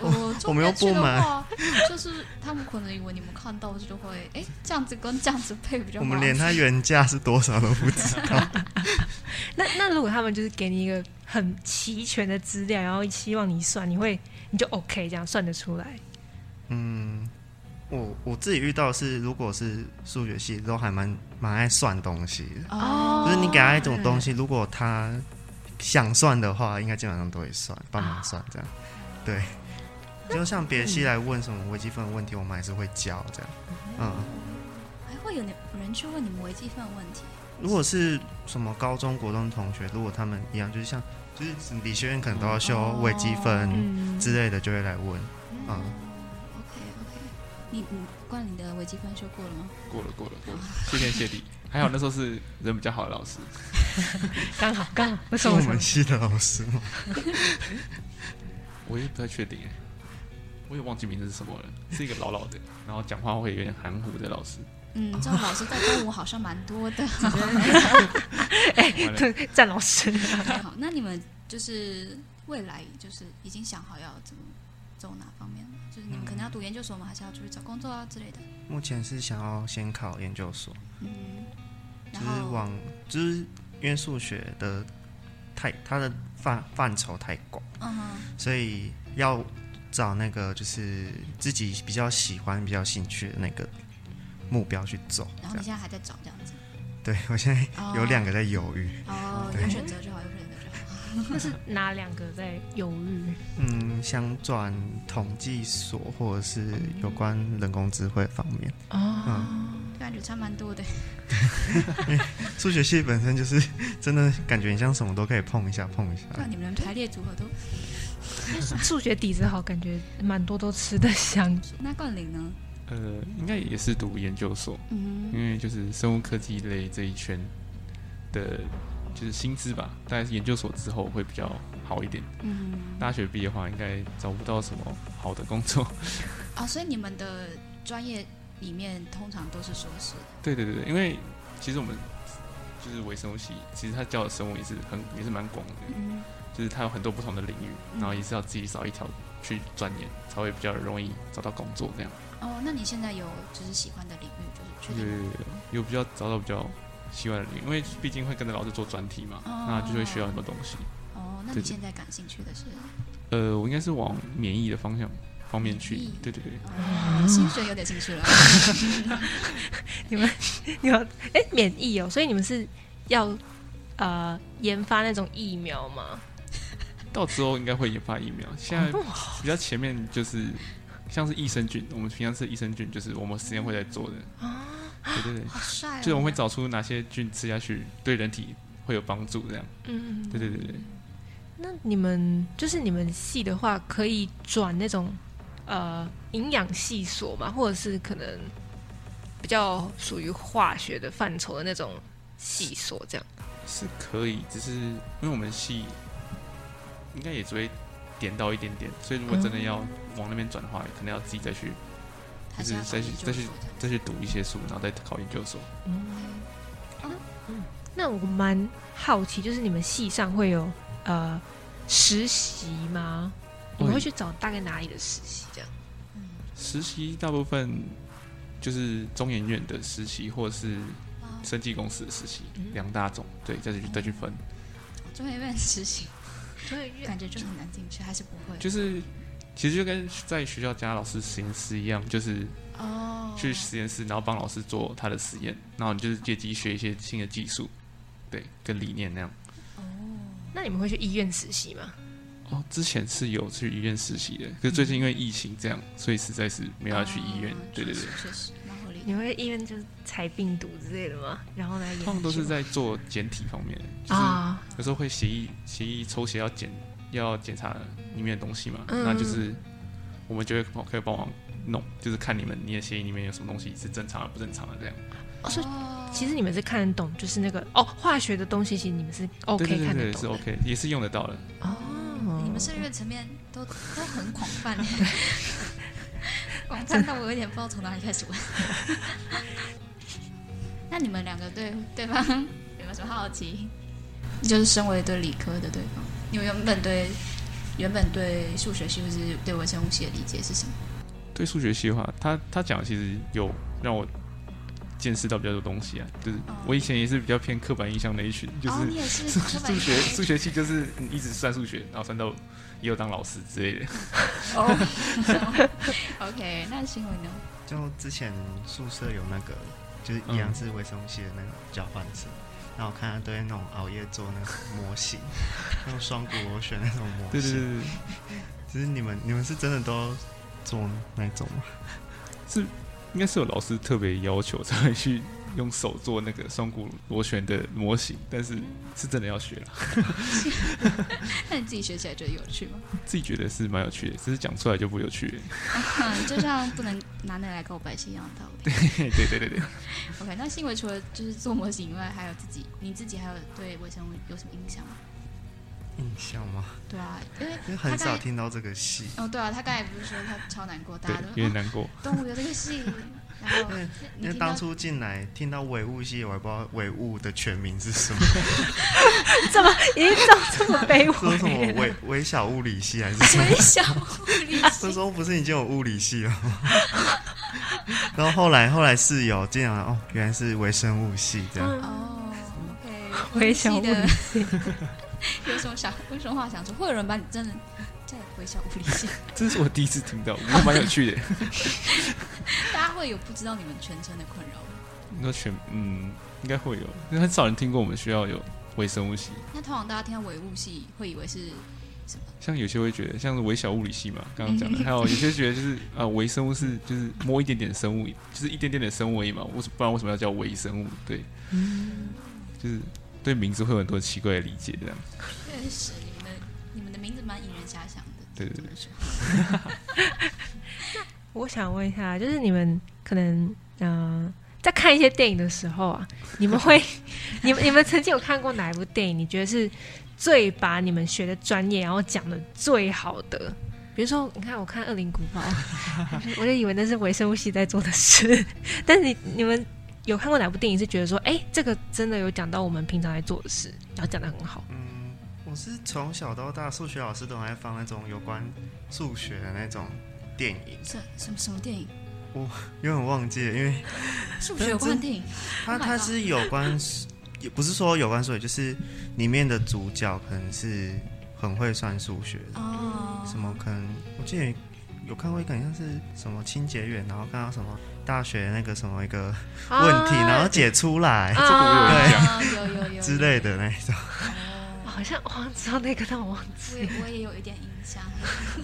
Speaker 5: 我
Speaker 3: 我没有
Speaker 5: 去
Speaker 3: 不
Speaker 5: 的
Speaker 3: 买
Speaker 5: 话，就是他们可能以为你们看到就会，哎，这样子跟这样子配比较
Speaker 3: 我
Speaker 5: 好。
Speaker 3: 们连它原价是多少都不知道。
Speaker 2: 那那如果他们就是给你一个很齐全的资料，然后希望你算，你会你就 OK 这样算得出来。
Speaker 3: 嗯，我我自己遇到的是，如果是数学系都还蛮蛮爱算东西的，
Speaker 5: 哦，
Speaker 3: 就是你给他一种东西，如果他想算的话，应该基本上都会算，帮忙算这样。对，就像别系来问什么微积分的问题，我们还是会教这样。嗯，
Speaker 5: 还会有人去问你们微积分的问题。
Speaker 3: 如果是什么高中国中同学，如果他们一样，就是像就是理学院可能都要修微积分
Speaker 2: 嗯，
Speaker 3: 之类的，就会来问。嗯，
Speaker 5: OK OK，你你关于你的微积分修过了吗？
Speaker 4: 过了过了过了，谢天谢地，还好那时候是人比较好的老师，
Speaker 2: 刚好刚好，为
Speaker 3: 是
Speaker 2: 什
Speaker 3: 我
Speaker 2: 么？为什么
Speaker 3: 们系的老师吗？
Speaker 4: 我也不太确定哎，我也忘记名字是什么了，是一个老老的，然后讲话会有点含糊的老师，
Speaker 5: 嗯，这种老师在中午好像蛮多的。
Speaker 4: 完了
Speaker 2: 对，战老师，
Speaker 5: 好，那你们就是未来就是已经想好要怎么走哪方面了？就是你们可能
Speaker 3: 嗯
Speaker 5: 要读研究所吗？还是要出去找工作啊之类的？
Speaker 3: 目前是想要先考研究所，
Speaker 5: 嗯，
Speaker 3: 就
Speaker 5: 然
Speaker 3: 是
Speaker 5: 后
Speaker 3: 往就是因为数学的太它的范范畴太广，
Speaker 5: 嗯哼，
Speaker 3: 所以要找那个就是自己比较喜欢、比较兴趣的那个目标去走。
Speaker 5: 然
Speaker 3: 这
Speaker 5: 后你
Speaker 3: 样，
Speaker 5: 现在还在找这样子？
Speaker 3: 对我现在
Speaker 5: 哦
Speaker 3: 有两个在犹豫，
Speaker 5: 哦，
Speaker 3: 对
Speaker 5: 有选择就好，有选择就好。
Speaker 2: 那是哪两个在犹豫？
Speaker 3: 嗯，想转统计所或者是有关人工智慧方面。
Speaker 4: 哦
Speaker 5: 感觉差啊蛮多的。
Speaker 3: 数学系本身就是 真的感觉你像什么都可以碰一下碰一下。
Speaker 5: 那你们的排列组合都……
Speaker 2: 数学底子好，感觉蛮多都吃得香。
Speaker 5: 那冠霖呢？
Speaker 4: 呃，应该也是读研究所，
Speaker 5: 嗯
Speaker 4: 因为就是生物科技类这一圈的，就是薪资吧，大概是研究所之后会比较好一点。
Speaker 5: 嗯。
Speaker 4: 大学毕业的话，应该找不到什么好的工作。
Speaker 5: 哦，所以你们的专业里面通常都是硕士。
Speaker 4: 对对对对，因为其实我们就是微生物系，其实它教的生物也是很也是蛮广的，
Speaker 5: 嗯
Speaker 4: 就是它有很多不同的领域，然后也是要自己找一条去钻研，才会比较容易找到工作这样。
Speaker 5: 哦，那你现在有就是喜欢的领域，就是确
Speaker 4: 对
Speaker 5: 定
Speaker 4: 对对，对有比较找到比较喜欢的领域，因为毕竟会跟着老师做专题嘛，
Speaker 5: 哦
Speaker 4: 那就会学到很多东西。
Speaker 5: 哦，那
Speaker 4: 对
Speaker 5: 你
Speaker 4: 对
Speaker 5: 现在感兴趣的是？
Speaker 4: 呃，我应该是往免疫的方向方面去
Speaker 5: 免疫。
Speaker 4: 对对对，
Speaker 5: 哦，薪水有点兴趣了。
Speaker 2: 你要哎，免疫哦，所以你们是要呃研发那种疫苗吗？哦
Speaker 4: 到之后应该会研发疫苗。现在比较前面就是像是益生菌，我们平常吃的益生菌就是我们实验会在做的。对对对，
Speaker 5: 好
Speaker 2: 哎
Speaker 5: 帅哦！
Speaker 4: 就是我们会找出哪些菌吃下去对人体会有帮助，这样。
Speaker 2: 嗯，
Speaker 4: 对对对对，
Speaker 2: 那你们就是你们系的话，可以转那种呃营养系所嘛，或者是可能比较属于化学的范畴的那种系所这样。
Speaker 4: 是可以，只是因为我们系应该也只会点到一点点，所以如果真的要往那边转的话，可能要自己再去
Speaker 5: 还是要
Speaker 4: 就是再去
Speaker 5: 考研究
Speaker 4: 再
Speaker 5: 所这
Speaker 4: 去
Speaker 5: 样
Speaker 4: 再去读一些书，然后再考研究所。
Speaker 2: 哦那我蛮好奇，就是你们系上会有呃实习吗？你们会去找大概哪里的实习这样？
Speaker 4: 实习大部分就是中研院的实习，或者是
Speaker 5: 哦
Speaker 4: 生技公司的实习，
Speaker 2: 嗯
Speaker 4: 两大种，对，再去再去分。
Speaker 5: 中研院实习，
Speaker 2: 对，
Speaker 5: 感觉就很难进去，还是不会。
Speaker 4: 就是其实就跟在学校加老师实验室一样，就是
Speaker 5: 哦，
Speaker 4: 去实验室，然后帮老师做他的实验，然后你就是借机学一些新的技术，对，跟理念那样。
Speaker 2: 那你们会去医院实习吗？
Speaker 4: 哦，之前是有去医院实习的，可是最近因为疫情这样，
Speaker 2: 嗯
Speaker 4: 所以实在是没有要去医院
Speaker 5: 哦。
Speaker 4: 对对对
Speaker 5: 确，实确实蛮合理的。
Speaker 2: 你们会医院就是采病毒之类的吗？然后来研
Speaker 4: 通常都是
Speaker 2: 究
Speaker 4: 在做检体方面，就是
Speaker 2: 啊，
Speaker 4: 有时候会协议协议抽血要检要检查里面的东西嘛，
Speaker 2: 嗯
Speaker 4: 那就是我们就会帮可以帮忙弄，就是看你们你的协议里面有什么东西是正常的不正常的这样。
Speaker 2: 哦，所以其实你们是看得懂，就是那个哦，化学的东西，其实你们是 OK
Speaker 4: 对对对
Speaker 2: 看得
Speaker 4: 对，是
Speaker 2: 懂的
Speaker 4: OK，也是用得到的。
Speaker 2: 哦。
Speaker 5: 你们涉猎的层面都都很广 泛，广泛到我有点不知道从哪里开始问。 那你们两个对对方有没有什么好奇？就是身为对理科的对方，你们原本对原本对数学系或是对微生物系的理解是什么？
Speaker 4: 对数学系的话，他他讲的其实有让我见识到比较多东西啊。就是
Speaker 5: 哦
Speaker 4: 我以前也是比较偏刻板印象那一群，就是
Speaker 5: 哦， 你也是
Speaker 4: 数
Speaker 5: 科
Speaker 4: 数
Speaker 5: 班
Speaker 4: 学数学系就是你一直算数学，然后算到也有当老师之类的。
Speaker 5: 哦。OK，那 新闻呢？
Speaker 3: 就之前宿舍有那个，就是
Speaker 4: 嗯
Speaker 3: 一样是微生物系的那个交换生，然后我看他都会那种熬夜做那个模型， 那种双股螺旋那种模型。
Speaker 4: 对对对对，
Speaker 3: 只是你们你们是真的都做那种吗？
Speaker 4: 应该是有老师特别要求才会去用手做那个双股螺旋的模型，但
Speaker 5: 嗯
Speaker 4: 是是真的要学了，
Speaker 5: 那你自己学起来觉得有趣吗？
Speaker 4: 自己觉得是蛮有趣的，只是讲出来就不有趣了。
Speaker 5: 嗯，就像不能拿那个来告白是一样的道理。
Speaker 4: 对对对对，
Speaker 5: OK，那新闻除了就是做模型以外，还有自己，你自己还有对微生物有什么影响吗？
Speaker 3: 印象吗？
Speaker 5: 对啊，因为
Speaker 3: 因为很
Speaker 5: 大
Speaker 3: 少
Speaker 5: 概
Speaker 3: 听到这个系，
Speaker 5: 哦对啊，他刚才不是说他超难过，大
Speaker 4: 对
Speaker 5: 家都，
Speaker 4: 有点
Speaker 5: 说、
Speaker 4: 难过。
Speaker 5: 啊、动物有这个戏，然后
Speaker 3: 因为
Speaker 5: 你
Speaker 3: 因为
Speaker 5: 听到
Speaker 3: 当初进来听到唯物系，我还不知道唯物的全名 是什么，
Speaker 2: 怎么已经到这么 卑
Speaker 3: 说什
Speaker 2: 微了？
Speaker 3: 么微微小物理系还是 什么？
Speaker 5: 微小物 理
Speaker 3: 那时候不是已经有物理系了吗？ 然后后来后来室友竟然哦，原来是微生物系这样。
Speaker 5: 哦，OK，
Speaker 2: 微小物
Speaker 5: 系的
Speaker 2: 理系，
Speaker 5: 有什么想有什么话想说？会有人把你真的叫微小物理系？
Speaker 4: 这是我第一次听到，不过蛮有趣的。
Speaker 5: 大家会有不知道你们全称的困扰吗？
Speaker 4: 你说全嗯，应该会有，因为很少人听过我们学校有微生物系，
Speaker 5: 那通常大家听到唯物系会以为是什么？
Speaker 4: 像有些会觉得像是微小物理系嘛，刚刚讲
Speaker 5: 嗯
Speaker 4: 的，还有有些觉得就是啊、微生物是就是摸一点点生物，就是一点点的生物而已嘛，为什不然为什么要叫微生物？对，
Speaker 5: 嗯
Speaker 4: 就是对名字会有很多奇怪的理解，这样
Speaker 5: 确实，你们的你们的名字蛮引人遐想的。
Speaker 4: 对对
Speaker 5: 这
Speaker 4: 对
Speaker 5: 么说
Speaker 2: 我想问一下，就是你们可能嗯、呃在看一些电影的时候啊，你们会，你们你们曾经有看过哪一部电影？你觉得是最把你们学的专业然后讲的最好的？比如说，你看我看《恶灵古堡》，我就以为那是微生物系在做的事， 但是你你们有看过哪部电影是觉得说，哎、这个真的有讲到我们平常在做的事，然后讲的很好？
Speaker 3: 嗯，我是从小到大数学老师都还放那种有关数学的那种电影，
Speaker 5: 什什么什么电影？
Speaker 3: 有点忘记了，因为
Speaker 5: 数学有关电影？
Speaker 3: 它
Speaker 5: Oh my
Speaker 3: 它
Speaker 5: God
Speaker 3: 是有关，也不是说有关数学，就是里面的主角可能是很会算数学的，
Speaker 5: 哦，
Speaker 3: 什么可能我记得有看过一个很像是什么清洁员，然后看到什么大学那个什么一个嗯
Speaker 5: 哦
Speaker 3: 问题，然后解出来
Speaker 2: 啊、
Speaker 4: 我有印象
Speaker 5: 啊？有有有有
Speaker 3: 之类的那一种，
Speaker 5: 哦，
Speaker 2: 好像我好像知道那个，但我忘记
Speaker 5: 我也我也有一点印象。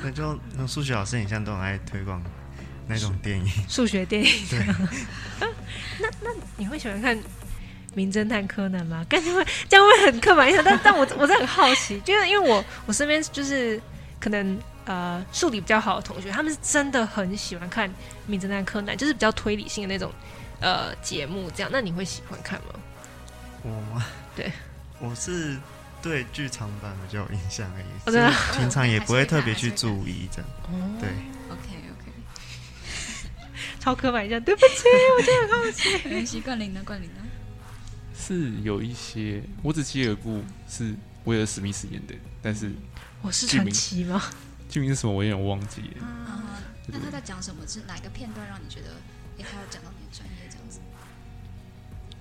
Speaker 3: 那就那数学老师很像都很爱推广那种电影。
Speaker 2: 数学电影。 那那你会喜欢看《名侦探柯南》吗？感觉会这样会很刻板印象，但但我我是很好奇， 就是因为我我身边就是可能呃数理比较好的同学，他们是真的很喜欢看《名侦探柯南》，就是比较推理性的那种呃节目这样。那你会喜欢看吗？
Speaker 3: 我吗？
Speaker 2: 对，
Speaker 3: 我是对剧场版比较有印象而已，
Speaker 2: 哦真的啊
Speaker 3: 所以平常也不会特别去注意这样。
Speaker 2: 哦，
Speaker 3: 对，
Speaker 5: OK OK，
Speaker 2: 超刻板印象，对不起，我真的很好奇。
Speaker 5: 没关系。冠霖呢？冠霖呢？
Speaker 4: 是有一些，我只记得有一部是威尔史密斯演的，但是
Speaker 2: 我是传奇吗？
Speaker 4: 剧名是什么我有点忘记了。
Speaker 3: 嗯
Speaker 5: 啊，
Speaker 4: 对
Speaker 5: 那他在讲什么？是哪个片段让你觉得，哎，他有讲到你的专业这样子？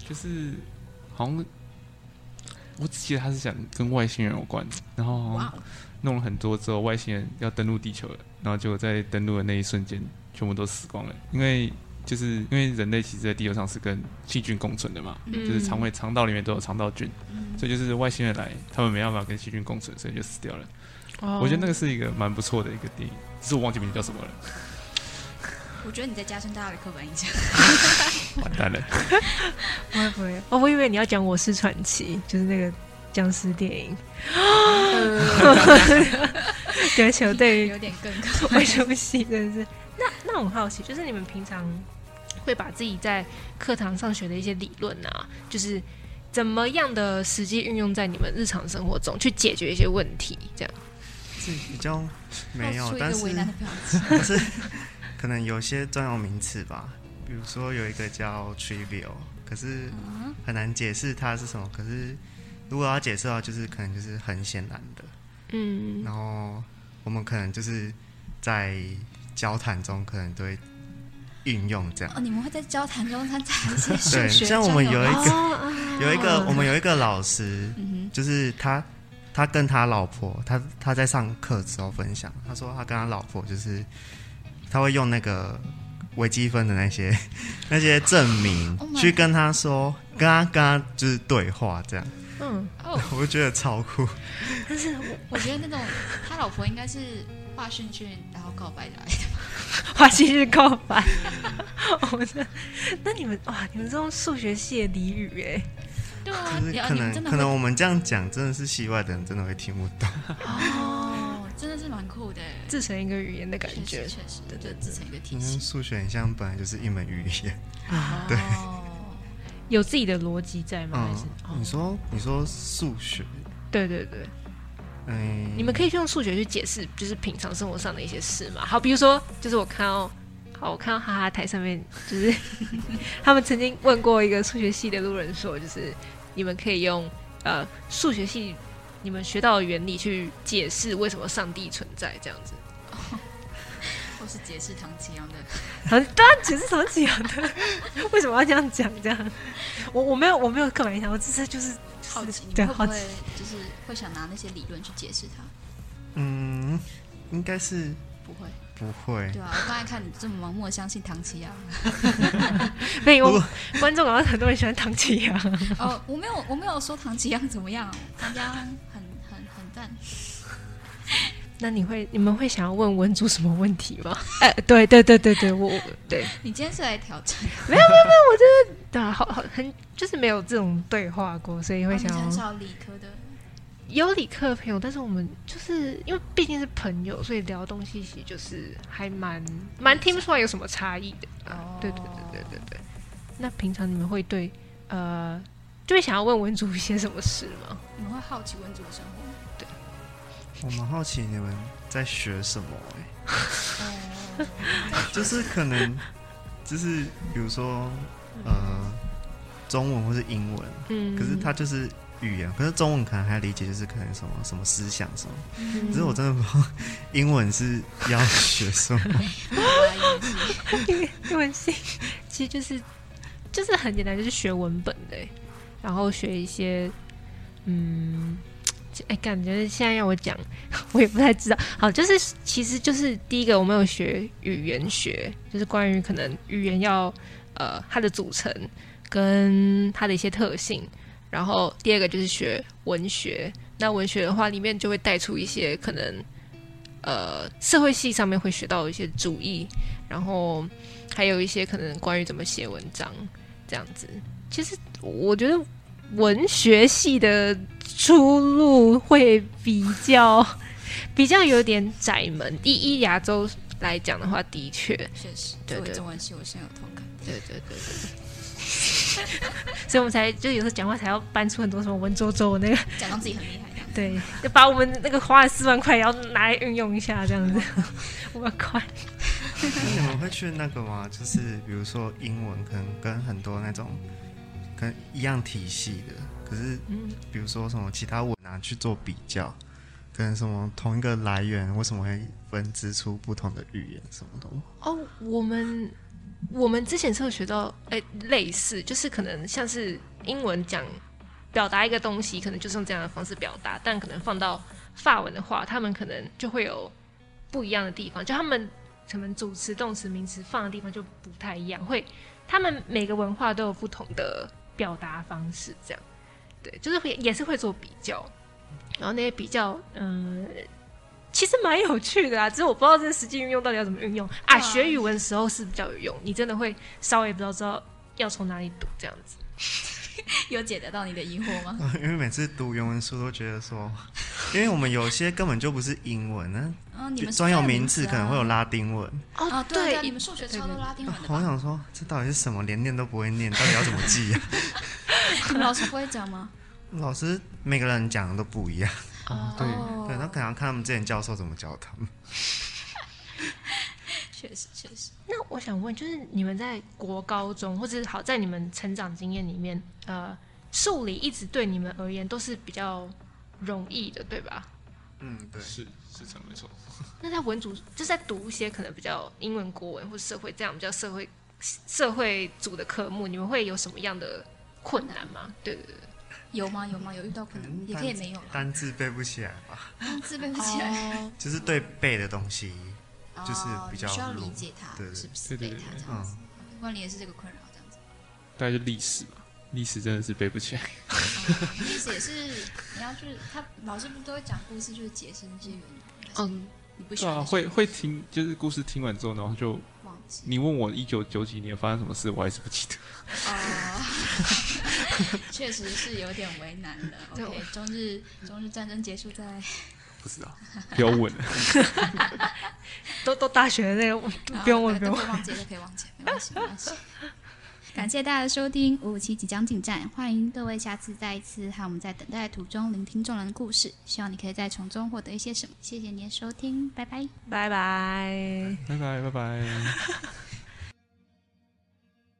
Speaker 4: 就是好像我只记得他是想跟外星人有关，然后好像
Speaker 5: 哇哦，
Speaker 4: 弄了很多之后，外星人要登陆地球了，然后结果在登陆的那一瞬间，全部都死光了，因为就是因为人类其实，在地球上是跟细菌共存的嘛，
Speaker 2: 嗯
Speaker 4: 就是肠胃肠道里面都有肠道菌，
Speaker 5: 嗯
Speaker 4: 所以就是外星人来，他们没办法跟细菌共存，所以就死掉了。
Speaker 2: 哦
Speaker 4: 我觉得那个是一个蛮不错的一个电影，只是我忘记名字叫什么了，
Speaker 5: 我觉得你在加深大家的刻板 印象。
Speaker 4: 完蛋了。
Speaker 2: 不会不会，哦，我以为你要讲我是传奇，就是那个僵尸电影。呃 对不起，我对于
Speaker 5: 有点更
Speaker 2: 为什么戏真的是。那那我很好奇，就是你们平常会把自己在课堂上学的一些理论啊，就是怎么样的实际运用在你们日常生活中去解决一些问题，这样。
Speaker 3: 是比较 没
Speaker 5: 露
Speaker 3: 有，
Speaker 5: 出一
Speaker 3: 但
Speaker 5: 个
Speaker 3: 是
Speaker 5: 为难的表情。
Speaker 3: 可是可能有些专有名词吧，比如说有一个叫 trivial，可是
Speaker 5: 嗯，
Speaker 3: 很难解释它是什么。可是如果要解释的话，就是可能就是很显然的。
Speaker 2: 嗯，
Speaker 3: 然后我们可能就是在交谈中可能都会运用这样。
Speaker 5: 哦，你们会在交谈中参加一 些数
Speaker 3: 对，
Speaker 5: 学
Speaker 3: 像我们
Speaker 5: 专
Speaker 3: 有一
Speaker 5: 吗
Speaker 3: 个
Speaker 2: 嗯啊
Speaker 3: 有一
Speaker 2: 哦
Speaker 3: 个我们有一个老师，
Speaker 5: 嗯
Speaker 3: 就是他他跟他老婆，他他在上课之后分享，他说他跟他老婆就是他会用那个微积分的那些 那些证明
Speaker 5: Oh my
Speaker 3: 去跟他说，跟他跟他就是对话这样，
Speaker 2: 嗯，
Speaker 5: 哼，哦，
Speaker 3: 我就觉得超酷。
Speaker 2: 哦但是我
Speaker 5: 我觉得那种他老婆应该是化训训，然后告白的 来的。
Speaker 2: 花心是告白， 我真的那你们哇，你们这种数学系的俚语哎，
Speaker 5: 对
Speaker 3: 可
Speaker 5: 啊，
Speaker 3: 是
Speaker 5: 然
Speaker 3: 可
Speaker 5: 后你们
Speaker 3: 能
Speaker 5: 真的
Speaker 3: 可
Speaker 5: 会
Speaker 3: 能我们这样讲，真的是系外的人真的会听不懂。
Speaker 5: 哦，真的是蛮酷的，
Speaker 2: 自成一个语言的感
Speaker 5: 确
Speaker 2: 觉
Speaker 5: 实，确实，
Speaker 2: 对对
Speaker 5: 就
Speaker 2: 嗯
Speaker 5: 自成一个体
Speaker 3: 因为
Speaker 5: 系。
Speaker 3: 数学很像本来就是一门语言，
Speaker 5: 对，哦
Speaker 2: 有自己的逻辑在吗？还
Speaker 3: 嗯
Speaker 2: 是？，
Speaker 3: 你
Speaker 2: 哦，
Speaker 3: 说你说数学，
Speaker 2: 对对对，
Speaker 3: 嗯，
Speaker 2: 你们可以用数学去解释，就是平常生活上的一些事嘛。好，比如说，就是我看到，好，我看到哈哈台上面，就是 他们曾经问过一个数学系的路人说，就是你们可以用呃数学系你们学到的原理去解释为什么上帝存在这样子。
Speaker 5: 或是解释唐奇阳的，
Speaker 2: 好像当然只是么讲的， 为什么要这样讲？这样，我我没有我没有刻板印象，我只是就是
Speaker 5: 好奇，你
Speaker 2: 对
Speaker 5: 们会
Speaker 2: 好
Speaker 5: 不
Speaker 2: 奇
Speaker 5: 会就是会想拿那些理论去解释它？
Speaker 3: 嗯，应该是
Speaker 5: 不会，
Speaker 3: 不会
Speaker 5: 对。啊，我刚才看你这么盲目地相信唐奇阳，
Speaker 2: 被
Speaker 3: 如
Speaker 2: 我
Speaker 3: 果
Speaker 2: 观众好像很多人喜欢唐启阳，
Speaker 5: 哦，我没有，我没有说唐奇阳怎么样，唐奇阳很很很赞。
Speaker 2: 那你会你们会想要问文主什么问题 吗？哎、对对对对对，我我对
Speaker 5: 你今天是来挑战，
Speaker 2: 对啊，好好很就是没有这种对话过，所以
Speaker 5: 我
Speaker 2: 会
Speaker 5: 们
Speaker 2: 想
Speaker 5: 很
Speaker 2: 要、
Speaker 5: 少理科的，
Speaker 2: 有理科的朋友，但是我们就是因为毕竟是朋友，所以聊东西其实就是还蛮蛮听不出来有什么差异的。啊
Speaker 5: 哦
Speaker 2: 对对对对对对。那平常你们会对呃，就会想要问文主一些什么事吗？
Speaker 5: 你们会好奇文主的生活。
Speaker 3: 我蛮好奇你们在学什么、欸，
Speaker 2: 嗯
Speaker 5: 哦，
Speaker 3: 就是可能，就是比如说，呃，中文或是英文，
Speaker 2: 嗯，
Speaker 3: 可是它就是语言，可是中文可能还理解，就是可能什么什么思想什么，
Speaker 2: 嗯，
Speaker 3: 只是我真的不知道 英文是要学什么，
Speaker 5: 我 来演戏
Speaker 2: 英文系其实就是就是很简单，就是学文本的欸，然后学一些嗯，哎，感觉现在要我讲， 我也不太知道。好，就是其实就是第一个，我们有学语言学，就是关于可能语言要呃它的组成跟它的一些特性。然后第二个就是学文学，那文学的话里面就会带出一些可能呃社会系上面会学到一些主义，然后还有一些可能关于怎么写文章这样子。其实我觉得文学系的出路会比较 比较有点窄门，第一亚洲来讲的话，的确，
Speaker 5: 确实，
Speaker 2: 对
Speaker 5: 作为
Speaker 2: 对
Speaker 5: 中文系，我深有同感。
Speaker 2: 对对对对。所以我们才就有时候讲话才要搬出很多什么文绉绉的那个，
Speaker 5: 假装自己很厉害这样。
Speaker 2: 对，就 把我们那个花了四万块也要拿来运用一下，这样 子，五万块。
Speaker 3: 那你们会去那个吗？就是比如说英文，可能跟很多那种跟一样体系的，可是
Speaker 2: 嗯，
Speaker 3: 比如说什么其他文啊去做比较，跟什么同一个来源为什么会分支出不同的语言什么的吗？
Speaker 2: 哦，我们我们之前是有学到，哎，类似就是可能像是英文讲表达一个东西，可能就是用这样的方式表达，但可能放到法文的话，他们可能就会有不一样的地方，就他们可能主词、动词、名词放的地方就不太一样，会他们每个文化都有不同的表达方式，这样对，就是会也是会做比较，然后那些比较，嗯、其实蛮有趣的啊，只是我不知道这实际运用到底要怎么运用啊。
Speaker 5: 对啊
Speaker 2: 学语文的时候是比较有用，你真的会稍微不知道知道要从哪里读这样子。
Speaker 5: 有解答到你的疑惑吗？
Speaker 3: 嗯因为每次读原文书都觉得说，因为我们有些根本就不是英文，那
Speaker 5: 嗯，你们
Speaker 3: 专有名
Speaker 5: 字
Speaker 3: 词可能会有拉丁文。
Speaker 5: 哦，对啊对啊，你
Speaker 2: 对
Speaker 5: 们数学超多拉丁文的
Speaker 3: 我
Speaker 5: 吧？
Speaker 3: 想说，这到底是什么？连念都不会念，到底要怎么记啊？
Speaker 5: 你们 老师不会讲吗？
Speaker 3: 老师每个人讲的都不一样，
Speaker 4: 啊，对，
Speaker 5: 哦
Speaker 3: 对，那可能要看他们之前教授怎么教他们。
Speaker 5: 确实确实，
Speaker 2: 那我想问，就是你们在国高中，或者好在你们成长经验里面，呃，数理一直对你们而言都是比较容易的，对吧？
Speaker 3: 嗯，对
Speaker 4: 是是这样没错。
Speaker 2: 那在文组，就是在读一些可能比较英文、国文或社会这样比较社会社会组的科目，你们会有什么样的困难吗？对对对，
Speaker 5: 有吗？有吗？有遇到困难，也可以没有了，
Speaker 3: 单字背不起来吧？
Speaker 5: 自背不起来，
Speaker 3: 就是对背的东西，
Speaker 5: 哦
Speaker 3: 就是比较
Speaker 5: 你需要理
Speaker 3: 弱
Speaker 5: 解它，
Speaker 3: 对对嗯
Speaker 5: 是不是
Speaker 4: 对
Speaker 5: 背
Speaker 4: 对
Speaker 5: 它
Speaker 4: 对
Speaker 5: 这样子？关你也是这个困扰这样子，
Speaker 4: 大概就历史吧，历史真的是背不起来。
Speaker 5: 哦意思也是你要去，他老师不是都会讲故事，就是解释那些源头，
Speaker 2: 嗯，
Speaker 5: 你不需
Speaker 4: 对啊，
Speaker 5: 要
Speaker 4: 会会听，就是故事听完之后，然后就
Speaker 5: 忘记
Speaker 4: 你问我一九九几年发生什么事，我还是不记得。
Speaker 5: 哦， 确实是有点为难的。
Speaker 2: 对
Speaker 5: OK，中日中日战争结束在
Speaker 4: 不知道，不要问了。
Speaker 2: 都都大学的那个，不用问，
Speaker 5: 啊
Speaker 2: 不
Speaker 5: 对都
Speaker 2: 用问
Speaker 5: 可以。忘记，都可以忘记，没关系，没关系。
Speaker 1: 感谢大家的收听，五五七即将进站，欢迎各位下次再一次和我们在等待的途中聆听众人的故事，希望你可以在从中获得一些什么。谢谢您的收听，拜拜。
Speaker 2: 拜拜。
Speaker 4: 拜拜，拜拜。